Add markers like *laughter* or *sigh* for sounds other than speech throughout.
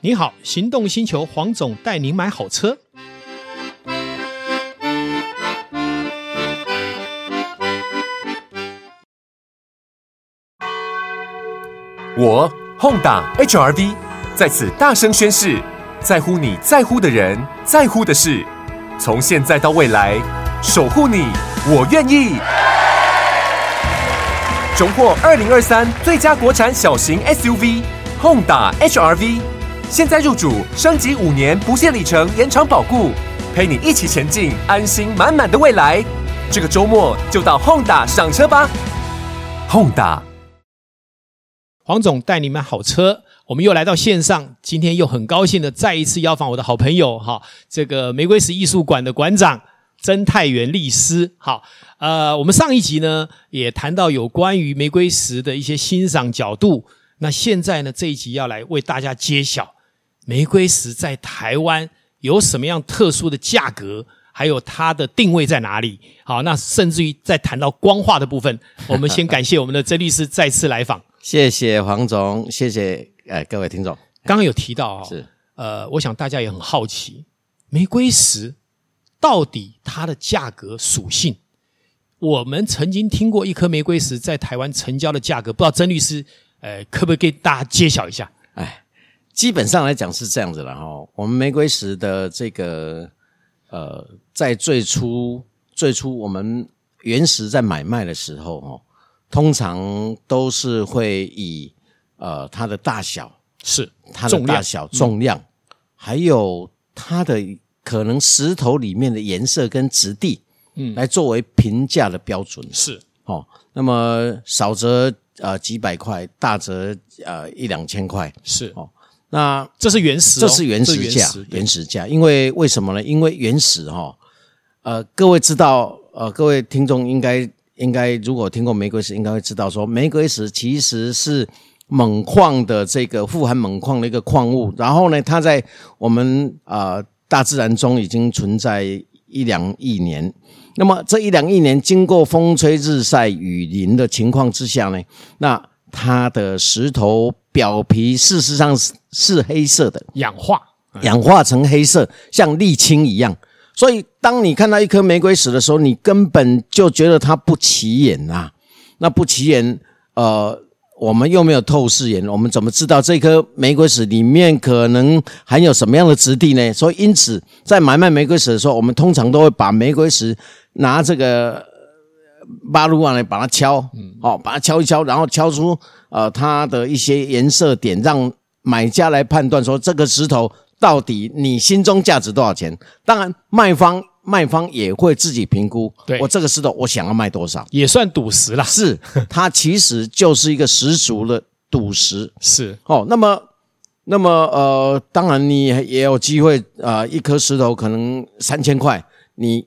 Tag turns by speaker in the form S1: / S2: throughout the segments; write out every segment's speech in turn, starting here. S1: 你好，行动星球黄总带您买好车。
S2: 我 Honda HRV 在此大声宣誓，在乎你在乎的人，在乎的事，从现在到未来，守护你，我愿意。荣获二零二三最佳国产小型 SUV Honda HRV，现在入主升级五年不限里程延长保固，陪你一起前进，安心满满的未来。这个周末就到 Honda 赏车吧，Honda。
S1: 黄总带你买好车，我们又来到线上，今天又很高兴的再一次邀访我的好朋友哈，这个玫瑰石艺术馆的馆长曾泰元律师。好，呃，我们上一集呢也谈到有关于玫瑰石的一些欣赏角度，那现在呢这一集要来为大家揭晓玫瑰石在台湾有什么样特殊的价格。还有它的定位在哪里？好，那甚至于在谈到光化的部分，我们先感谢我们的曾律师再次来访。
S3: 谢谢黄总，谢谢呃各位听众。
S1: 刚刚有提到哦，
S3: 是
S1: 呃，我想大家也很好奇，玫瑰石到底它的价格属性？我们曾经听过一颗玫瑰石在台湾成交的价格，不知道曾律师呃可不可以给大家揭晓一下？
S3: 哎，基本上来讲是这样子了哈、我们玫瑰石的这个呃，在最初最初我们原石在买卖的时候哦，通常都是会以呃它的大小、
S1: 是
S3: 它的
S1: 重
S3: 大
S1: 量
S3: 小、重量，还有它的可能石头里面的颜色跟质地，嗯，来作为评价的标准。
S1: 是
S3: 哦，那么少则呃几百块，大则呃一两千块。
S1: 是，
S3: 哦那
S1: 这是原石、哦，
S3: 这是原
S1: 这
S3: 始价，
S1: 对
S3: 原始价。因为为什么呢？因为原始哈、哦，呃，各位知道，呃，各位听众应该应该如果听过玫瑰石，应该会知道说，玫瑰石其实是锰矿的这个富含锰矿的一个矿物。然后呢，它在我们呃大自然中已经存在一两亿年。那么这一两亿年，经过风吹日晒雨淋的情况之下呢，那它的石头表皮事实上是是黑色的，
S1: 氧化，
S3: 氧化成黑色，像沥青一样。所以，当你看到一颗玫瑰石的时候，你根本就觉得它不起眼啊呐、那不起眼，呃，我们又没有透视眼，我们怎么知道这颗玫瑰石里面可能含有什么样的质地呢？所以，因此在买卖玫瑰石的时候，我们通常都会把玫瑰石拿这个八路啊来把它敲，哦，把它敲一敲，然后敲出呃它的一些颜色点，让买家来判断说这个石头到底你心中价值多少钱。当然，卖方卖方也会自己评估，
S1: 对
S3: 我这个石头我想要卖多少。
S1: 也算赌石啦。
S3: 是，它其实就是一个十足的赌石
S1: 是
S3: 哦。那么，那么呃，当然你也有机会呃，一颗石头可能三千块，你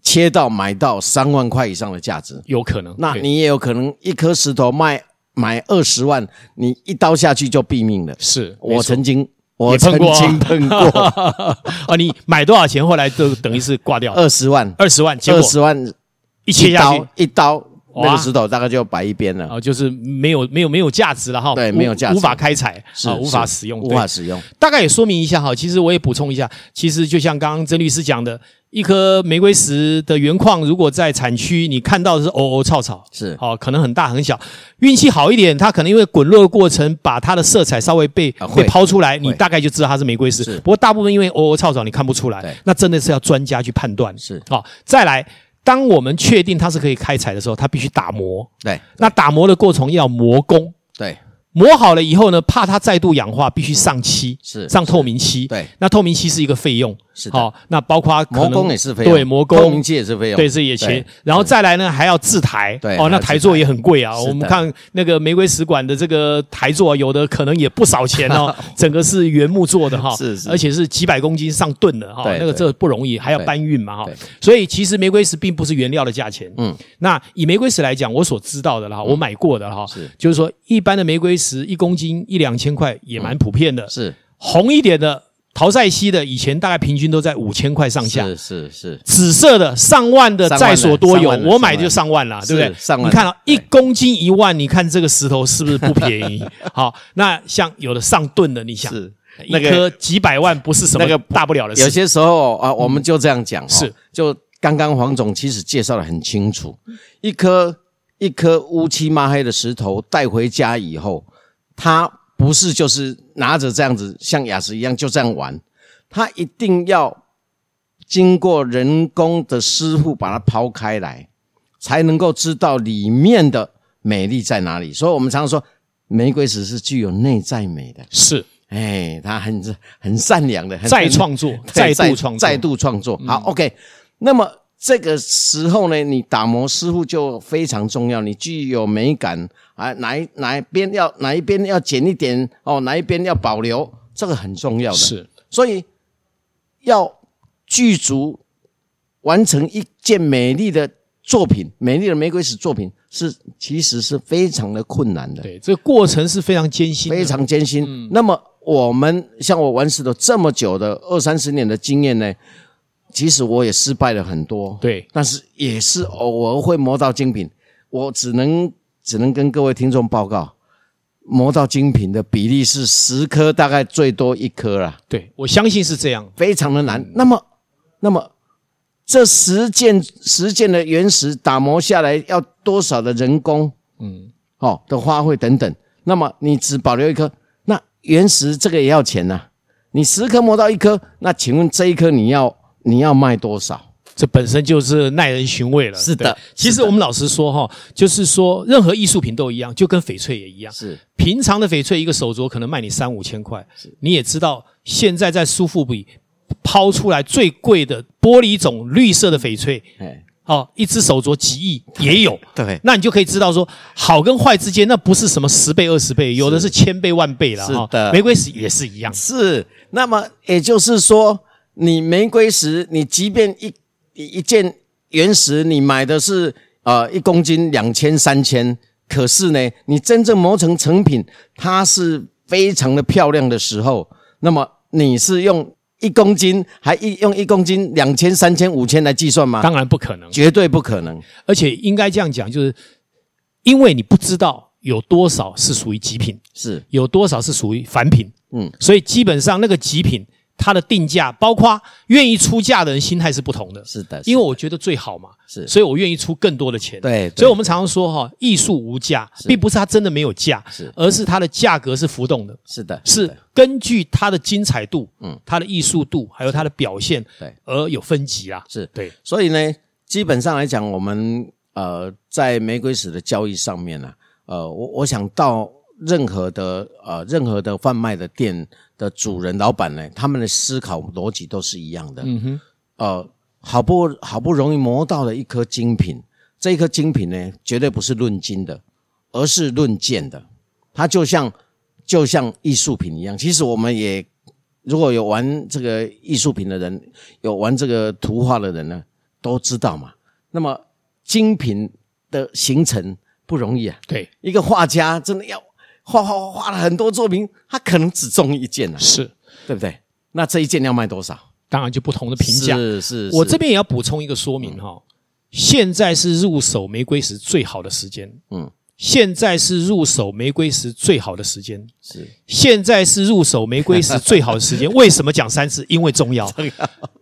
S3: 切到买到三万块以上的价值，
S1: 有可能，
S3: 那
S1: 对
S3: 你也有可能一颗石头卖买二十万，你一刀下去就毙命了。
S1: 是
S3: 我曾经，
S1: 也
S3: 我
S1: 碰
S3: 曾
S1: 过啊
S3: 经
S1: *laughs*
S3: 碰过
S1: 啊，你买多少钱，后来就等于是挂掉
S3: 二十万，
S1: 二十万，结
S3: 呃二
S1: 果
S3: 十万
S1: 一切
S3: 一
S1: 下去
S3: 刀，一刀，那
S1: 哇
S3: 个石头大概就摆一边了。
S1: 啊，就是没有没有没有价值了哈，
S3: 对
S1: 无
S3: 没有价值
S1: 无法开采
S3: 是
S1: 啊，无法
S3: 是
S1: 使用，
S3: 无
S1: 对
S3: 法使用。
S1: 大概也说明一下哈，其实我也补充一下，其实就像刚刚曾律师讲的，一颗玫瑰石的原矿，如果在产区你看到的是偶偶草草，
S3: 是
S1: 哦，可能很大很小，运气好一点，它可能因为滚落的过程把它的色彩稍微被、
S3: 啊
S1: 被
S3: 会
S1: 抛出来，你
S3: 会
S1: 大概就知道它是玫瑰石。
S3: 是
S1: 不过大部分因为偶偶草草你看不出来
S3: 对，
S1: 那真的是要专家去判断。
S3: 是
S1: 好、再来，当我们确定它是可以开采的时候，它必须打磨。
S3: 对
S1: 那打磨的过程要磨工，
S3: 对
S1: 磨好了以后呢，怕它再度氧化，必须上漆，
S3: 嗯是
S1: 上透明漆。
S3: 对，
S1: 那透明漆是一个费用，
S3: 是的
S1: 好、那包括可
S3: 磨
S1: 能
S3: 工也是费用，
S1: 对磨
S3: 透明
S1: 工。
S3: 器也是费用，
S1: 对，这也钱，然后再来呢，还要制台，
S3: 对
S1: 哦，
S3: 还
S1: 那
S3: 要
S1: 台
S3: 制
S1: 座
S3: 台
S1: 也很贵啊。
S3: 是的
S1: 我们看那个玫瑰使馆的这个台座，啊有的可能也不少钱
S3: *laughs*
S1: 哦，整个是原木做的哈，
S3: 是是
S1: 而且是几百公斤上吨的哈，
S3: 对
S1: 那个
S3: 对
S1: 这不容易，还要
S3: 对
S1: 搬运嘛哈
S3: 对。
S1: 所以其实玫瑰石并不是原料的价钱，嗯，那以玫瑰石来讲，我所知道的啦，我买过的啦哈，
S3: 嗯是
S1: 就是说一般的玫瑰石一公斤一两千块也蛮普遍的，
S3: 嗯是
S1: 红一点的陶赛西的以前大概平均都在五千块上下，
S3: 是是是，
S1: 紫色的上万的在所多有
S3: 上万，的
S1: 我买就上万啦，对
S3: 上
S1: 不
S3: 万
S1: 对？
S3: 是上万
S1: 你看啊，
S3: 对
S1: 一公斤
S3: *laughs*
S1: 一万，你看这个石头是不是不便宜？好，那像有的上吨的，你想
S3: 是
S1: 一颗几百万不是什
S3: 那
S1: 么
S3: 个
S1: 大不了的
S3: 有
S1: 事。
S3: 些时候啊，我们就这样讲、哦，
S1: 嗯是
S3: 就刚刚黄总其实介绍的很清楚，一颗一颗乌漆嘛黑的石头带回家以后，它不是就是拿着这样子像雅石一样就这样玩，它一定要经过人工的师傅把它刨开来，才能够知道里面的美丽在哪里。所以我们常说，玫瑰石是具有内在美的。
S1: 是
S3: 哎，他很很善良的，很
S1: 再创作，
S3: 对
S1: 再度创作，嗯
S3: 再度创作。好、o k 那么这个时候呢，你打磨师傅就非常重要，你具有美感啊，哪一哪一边要哪一边要减一点哦，哪一边要保留，这个很重要的。，
S1: 是
S3: 所以要具足完成一件美丽的作品，美丽的玫瑰石作品是其实是非常的困难的。
S1: 对这个过程是非常艰辛的，嗯
S3: 非常艰辛。那么我们像我玩石头这么久的二三十年的经验呢，其实我也失败了很多，，
S1: 对
S3: 但是也是偶尔会磨到精品。我只能只能跟各位听众报告，磨到精品的比例是十颗，大概最多一颗啦，
S1: 对，我相信是这样。
S3: 非常的难。那么，那么。这十件十件的原石打磨下来要多少的人工？
S1: 嗯，
S3: 哦的花卉等等，那么你只保留一颗，那原石这个也要钱呐、你十颗磨到一颗，那请问这一颗你要你要卖多少？
S1: 这本身就是耐人寻味了。
S3: 是的
S1: 对其实我们老实说哈，就是说任何艺术品都一样，就跟翡翠也一样。
S3: 是
S1: 平常的翡翠一个手镯可能卖你三五千块，你也知道现在在苏富比抛出来最贵的玻璃种绿色的翡翠，
S3: 哎，
S1: 哦，一只手镯几亿也有。
S3: 对，
S1: 那你就可以知道说，好跟坏之间，那不是什么十倍、二十倍，有的是千倍、万倍了
S3: 是
S1: 哈。
S3: 的
S1: 玫瑰石也是一样，
S3: 是。那么也就是说，你玫瑰石，你即便一一一件原石，你买的是呃一公斤两千三千，可是呢，你真正磨成成品，它是非常的漂亮的时候，那么你是用一公斤，还一用一公斤两千三千五千来计算吗？
S1: 当然不可能。
S3: 绝对不可能。
S1: 而且应该这样讲，就是因为你不知道有多少是属于极品，
S3: 是
S1: 有多少是属于凡品，
S3: 嗯
S1: 嗯，所以基本上那个极品它的定价，包括愿意出价的人心态是不同的，
S3: 是的，
S1: 因为
S3: 为
S1: 我觉得最好嘛，
S3: 是
S1: 所以我愿意出更多的钱。
S3: 对对
S1: 所以我们常常说哈，艺术无价，并不是它真的没有价，
S3: 是
S1: 而是它的价格是浮动的，
S3: 是的，
S1: 是根据它的精彩度、嗯，它的艺术度，还有它的表现，
S3: 对
S1: 而有分级啦。
S3: 是
S1: 对，
S3: 所以呢，基本上来讲，我们呃在玫瑰石的交易上面呢、呃，我我想到任何的呃任何的贩卖的店的主人嗯老板呢，他们的思考逻辑都是一样的。
S1: 嗯哼，
S3: 呃，好不好不容易磨到了一颗精品，这一颗精品呢，绝对不是论斤的，而是论件的。它就像就像艺术品一样，其实我们也如果有玩这个艺术品的人，有玩这个图画的人呢，都知道嘛。那么精品的形成不容易啊，
S1: 对，
S3: 一个画家真的要画画画画了很多作品，他可能只中一件啊，
S1: 是，
S3: 对不对？那这一件要卖多少？
S1: 当然就不同的评价。
S3: 是是，
S1: 我
S3: 是
S1: 这边也要补充一个说明哈、现在是入手玫瑰石最好的时间。
S3: 嗯
S1: 嗯，现在是入手玫瑰石最好的时间。
S3: 是
S1: 现在是入手玫瑰石最好的时 *laughs* 间。为什么讲三次？因为重要。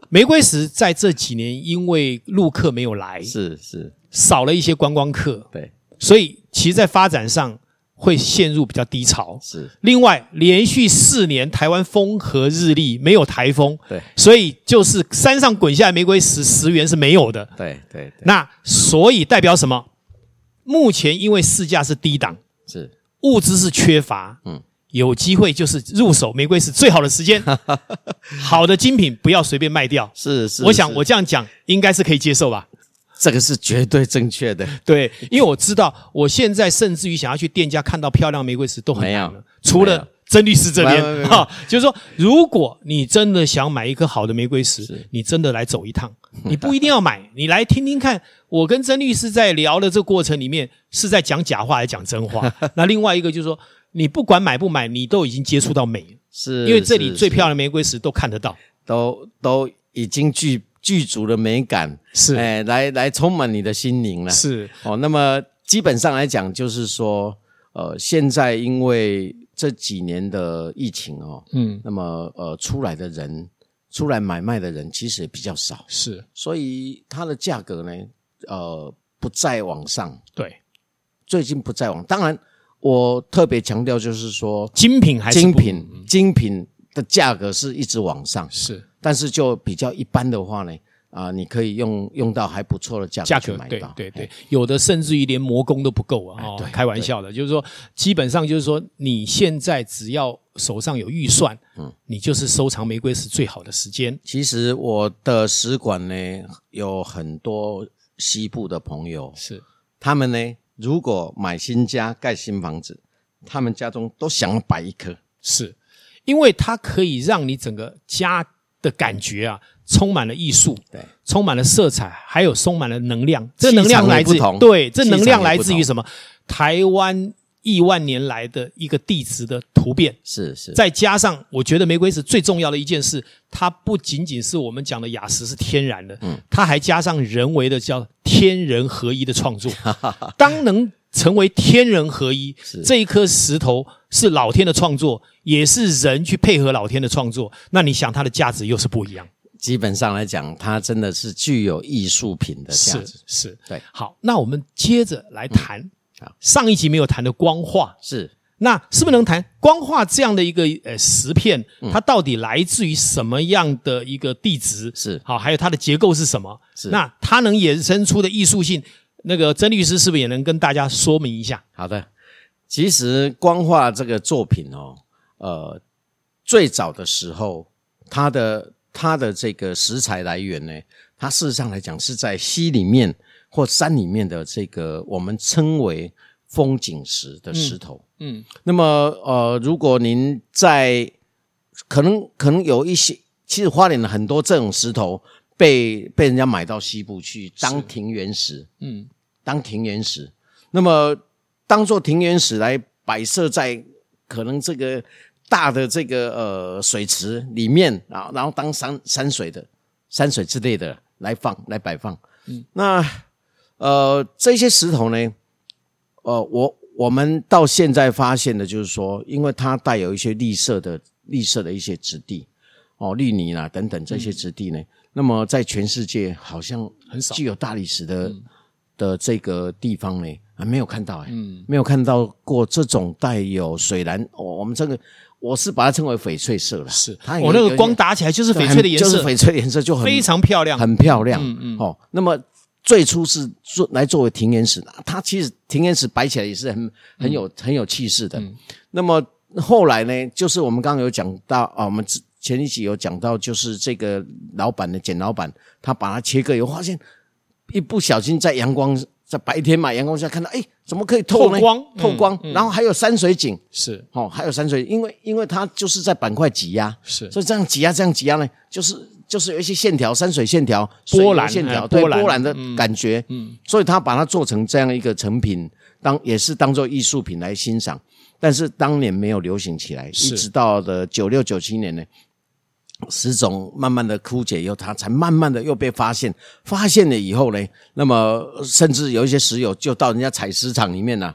S1: 玫瑰石在这几年因为陆客没有来，
S3: 是是，
S1: 少了一些观光客，
S3: 对，
S1: 所以其实在发展上会陷入比较低潮。
S3: 是，
S1: 另外，连续四年台湾风和日丽，没有台风，
S3: 对
S1: 所以就是山上滚下来玫瑰石十元是没有的。
S3: 对对对，
S1: 那所以代表什么？目前因为市价是低档，
S3: 是
S1: 物资是缺乏，嗯，有机会就是入手玫瑰是最好的时
S3: *laughs*
S1: 间。好的精品不要随便卖掉。
S3: 是是。
S1: 我想
S3: 是
S1: 我这样讲应该是可以接受吧？
S3: 这个是绝对正确的，
S1: 对，因为我知道我现在甚至于想要去店家看到漂亮玫瑰石都很难
S3: 没有
S1: 了，除
S3: 没有
S1: 了。曾律师这
S3: 没有没有
S1: 边
S3: 没有
S1: 哈、就是说，如果你真的想买一颗好的玫瑰石，你真的来走一
S3: *laughs*
S1: 趟，你不一定要买，你来听听看。我跟曾律师在聊的这个过程里面，是在讲假话还是讲真
S3: *laughs*
S1: 话？那另外一个就是说，你不管买不买，你都已经接触到美了，
S3: 是哎
S1: 因为这里最漂亮
S3: 亮，
S1: 的玫瑰石都看得到。
S3: 是都都已经具具足了美感，
S1: 是
S3: 哎，来来充满你的心灵了。
S1: 是
S3: 哦，那么基本上来讲，就是说，呃，现在因为这几年的疫情哦，
S1: 嗯，
S3: 那么呃，出来的人，出来买卖的人其实也比较少，
S1: 是
S3: 所以它的价格呢，呃，不再往上，
S1: 对，
S3: 最近不再往。当然，我特别强调就是说，
S1: 精品还是
S3: 精
S1: 不嗯
S3: 品精品的价格是一直往上，
S1: 是
S3: 但是就比较一般的话呢，啊、你可以用用到还不错的价
S1: 价
S3: 格
S1: 格
S3: 去买
S1: 对
S3: 到，
S1: 对对
S3: 嘿，，
S1: 有的甚至于连魔工都不够啊！
S3: 哎
S1: 哦
S3: 对，
S1: 开玩笑的，就是说，基本上就是说，你现在只要手上有预算，嗯，你就是收藏玫瑰是最好的时间。
S3: 其实我的使馆呢有很多西部的朋友，
S1: 是
S3: 他们呢如果买新家盖新房子，他们家中都想摆一棵，
S1: 是，因为它可以让你整个家的感觉啊，充满了艺术，
S3: 对，
S1: 充满了色彩，还有充满了能量。这
S3: 气场
S1: 能量
S3: 也
S1: 来自
S3: 不同
S1: 对，这
S3: 气
S1: 能
S3: 场
S1: 量
S3: 也
S1: 来
S3: 不
S1: 自于
S3: 同
S1: 什么？台湾亿万年来的一个地质的突变。
S3: 是是，
S1: 再加上，我觉得玫瑰石最重要的一件事，它不仅仅是我们讲的雅石是天然的，
S3: 嗯
S1: 它还加上人为的叫天人合一的创
S3: *laughs*
S1: 作。当能成为天人合一，这一颗石头是老天的创作，也是人去配合老天的创作，那你想它的价值又是不一样。
S3: 基本上来讲，它真的是具有艺术品的价
S1: 是
S3: 值，
S1: 是，
S3: 对嗯
S1: 好，那我们接着来谈、
S3: 好
S1: 上一集没有谈的光化。
S3: 是
S1: 那是不是能谈光化这样的一个呃石片，
S3: 嗯
S1: 它到底来自于什么样的一个地质？
S3: 是
S1: 好，还有它的结构是什么？
S3: 是
S1: 那它能衍生出的艺术性，那个曾律师是不是也能跟大家说明一下？
S3: 好的。其实光画这个作品哦，呃，最早的时候，它的它的这个食材来源呢，它事实上来讲是在溪里面或山里面的这个我们称为风景石的石头。
S1: 嗯，
S3: 那么呃，如果您在可能可能有一些，其实花莲的很多这种石头被被人家买到西部去当庭园石，
S1: 嗯，
S3: 当庭园石，那么当做庭园石来摆设在可能这个大的这个呃水池里面啊，然后当山山水的山水之类的来放来摆放。嗯，那呃这些石头呢，呃，我我们到现在发现的就是说，因为它带有一些绿色的绿色的一些质地，哦，绿泥啦、等等这些质地
S1: 嗯
S3: 呢，那么在全世界好像
S1: 很少
S3: 具有大理石的、
S1: 嗯
S3: 的这个地方呢，啊，没有看到哎、
S1: 嗯
S3: 没有看到过这种带有水蓝，哦我、我们这个我是把它称为翡翠色了，
S1: 是
S3: 它
S1: 我、
S3: 有
S1: 哦那
S3: 有
S1: 个
S3: 一
S1: 光打起来就是
S3: 就
S1: 翡
S3: 很
S1: 翠的颜
S3: 就
S1: 色，
S3: 是翡翠颜色就很
S1: 非常漂亮。嗯
S3: 很漂亮，哦，那么最初是做来作为庭园石，它其实庭园石摆起来也是很
S1: 嗯
S3: 很有、很有气势的。那么后来呢，就是我们刚刚有讲到啊，我们之前一集有讲到，就是这个老板的简老板，他把它切割以后，发现一不小心在阳光在白天嘛，阳光下看到，哎，怎么可以透呢？
S1: 透光嗯
S3: 透光，然后还有山水景，
S1: 是
S3: 哦，还有山水，因为因为它就是在板块挤压，
S1: 是
S3: 所以这样挤压这样挤压呢，就是就是有一些线条，山水线条、水
S1: 波
S3: 流
S1: 澜
S3: 线条，
S1: 哎
S3: 对
S1: 波澜
S3: 波澜的感觉，嗯，所以他把它做成这样一个成品，当也是当做艺术品来欣赏，但是当年没有流行起来，一
S1: 是
S3: 直到了九六九七年呢。石种慢慢的枯竭以后，它才慢慢的又被发现。发现了以后呢，那么甚至有一些石友就到人家采石场里面呢、啊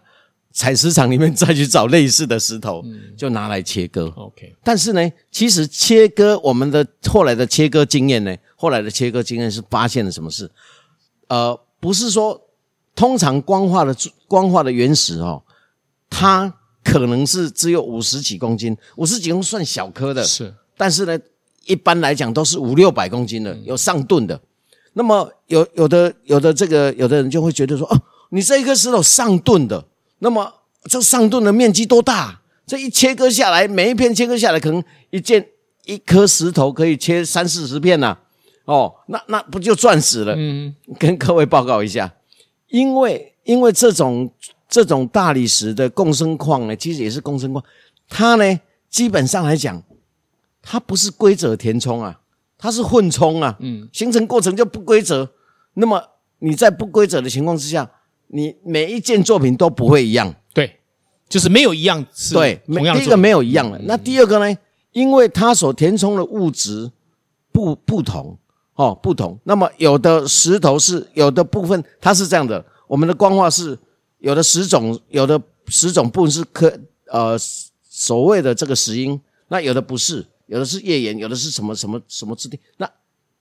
S3: 采石场里面再去找类似的石头，就拿来切割。
S1: OK，
S3: 但是呢，其实切割我们的后来的切割经验呢，后来的切割经验是发现了什么事？呃，不是说通常光化的光化的原石哦，它可能是只有五十几公斤，五十几公斤算小颗的，
S1: 是
S3: 但是呢，一般来讲都是五六百公斤的，有上吨的。那么有有的有的这个有的人就会觉得说，哦，你这一颗石头上吨的，那么这上吨的面积多大？这一切割下来，每一片切割下来，可能一件一颗石头可以切三四十片呐、哦，那那不就赚死了？嗯，跟各位报告一下，因为因为这种这种大理石的共生矿呢，其实也是共生矿，它呢基本上来讲，它不是规则填充啊，它是混充啊，嗯，形成过程就不规则。那么你在不规则的情况之下，你每一件作品都不会一样，
S1: 对，就是没有一样是
S3: 对，
S1: 同
S3: 没
S1: 样的
S3: 第一
S1: 作
S3: 个
S1: 品嗯
S3: 没有一样的。那第二个呢？因为它所填充的物质不不同哦，不同。那么有的石头是有的部分它是这样的，我们的光化是有的石种，有的十种不是科呃所谓的这个石英，那有的不是，有的是页岩，有的是什么什么什么质地。那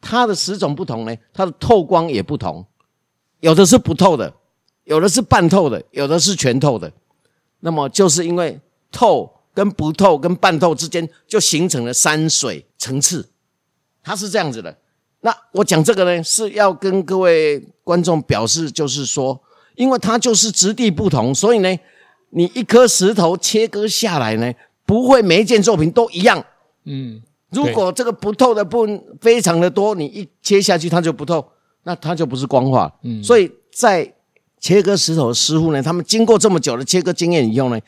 S3: 它的十种不同呢，它的透光也不同，有的是不透的，有的是半透的，有的是全透的。那么就是因为透跟不透跟半透之间就形成了山水层次，它是这样子的。那我讲这个呢，是要跟各位观众表示，就是说，因为它就是质地不同，所以呢，你一颗石头切割下来呢，不会每一件作品都一样。
S1: 嗯，
S3: 如果这个不透的部分非常的多，你一切下去它就不透，那它就不是光滑。嗯，所以在切割石头的师傅呢，他们经过这么久的切割经验以后呢，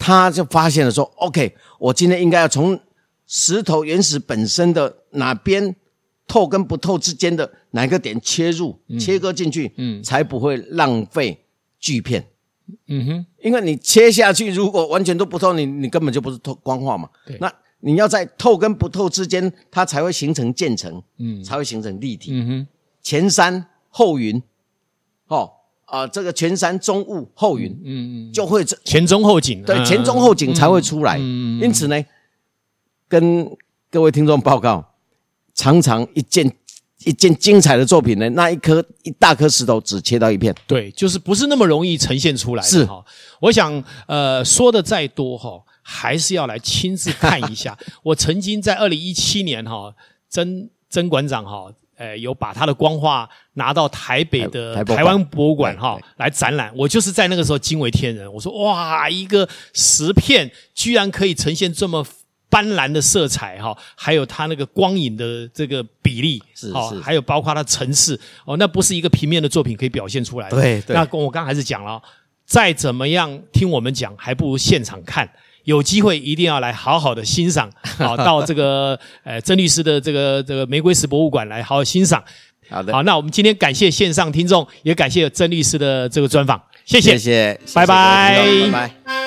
S3: 他就发现了说，OK，我今天应该要从石头原始本身的哪边透跟不透之间的哪个点切入、切割进去，嗯，才不会浪费锯片。
S1: 嗯哼，
S3: 因为你切下去，如果完全都不透，你你根本就不是透光化嘛
S1: 对。
S3: 那你要在透跟不透之间，它才会形成渐层，嗯，才会形成立体。
S1: 嗯哼，
S3: 前山后云，哦啊、这个前山中雾后云，嗯嗯，就会这
S1: 前中后景，
S3: 对
S1: 嗯
S3: 前中后景才会出来。因此呢，跟各位听众报告，常常一件一件精彩的作品呢，那一颗一大颗石头只切到一片，
S1: 对，就是不是那么容易呈现出来的
S3: 是
S1: 哈。我想，呃，说的再多哈，还是要来亲自看一下。 *laughs* 我曾经在二零一七年哈，曾曾馆长哈。呃，有把他的光画拿到台北的
S3: 台台
S1: 台湾博物馆哈
S3: 对
S1: 来展览，我就是在那个时候惊为天人。我说哇，一个石片居然可以呈现这么斑斓的色彩哈，还有它那个光影的这个比例，
S3: 是
S1: 哦
S3: 是
S1: 还有包括它层次哦，那不是一个平面的作品可以表现出来的。
S3: 对对
S1: 那跟我刚才还是讲了哦，再怎么样听我们讲，还不如现场看。有机会一定要来好好的欣
S3: *laughs*
S1: 赏，好、到这个呃曾律师的这个这个玫瑰石博物馆来好好欣赏。
S3: 好的，
S1: 好，那我们今天感谢线上听众，也感谢曾律师的这个专访，谢
S3: 谢谢，谢谢各位听众
S1: 拜拜
S3: 拜拜。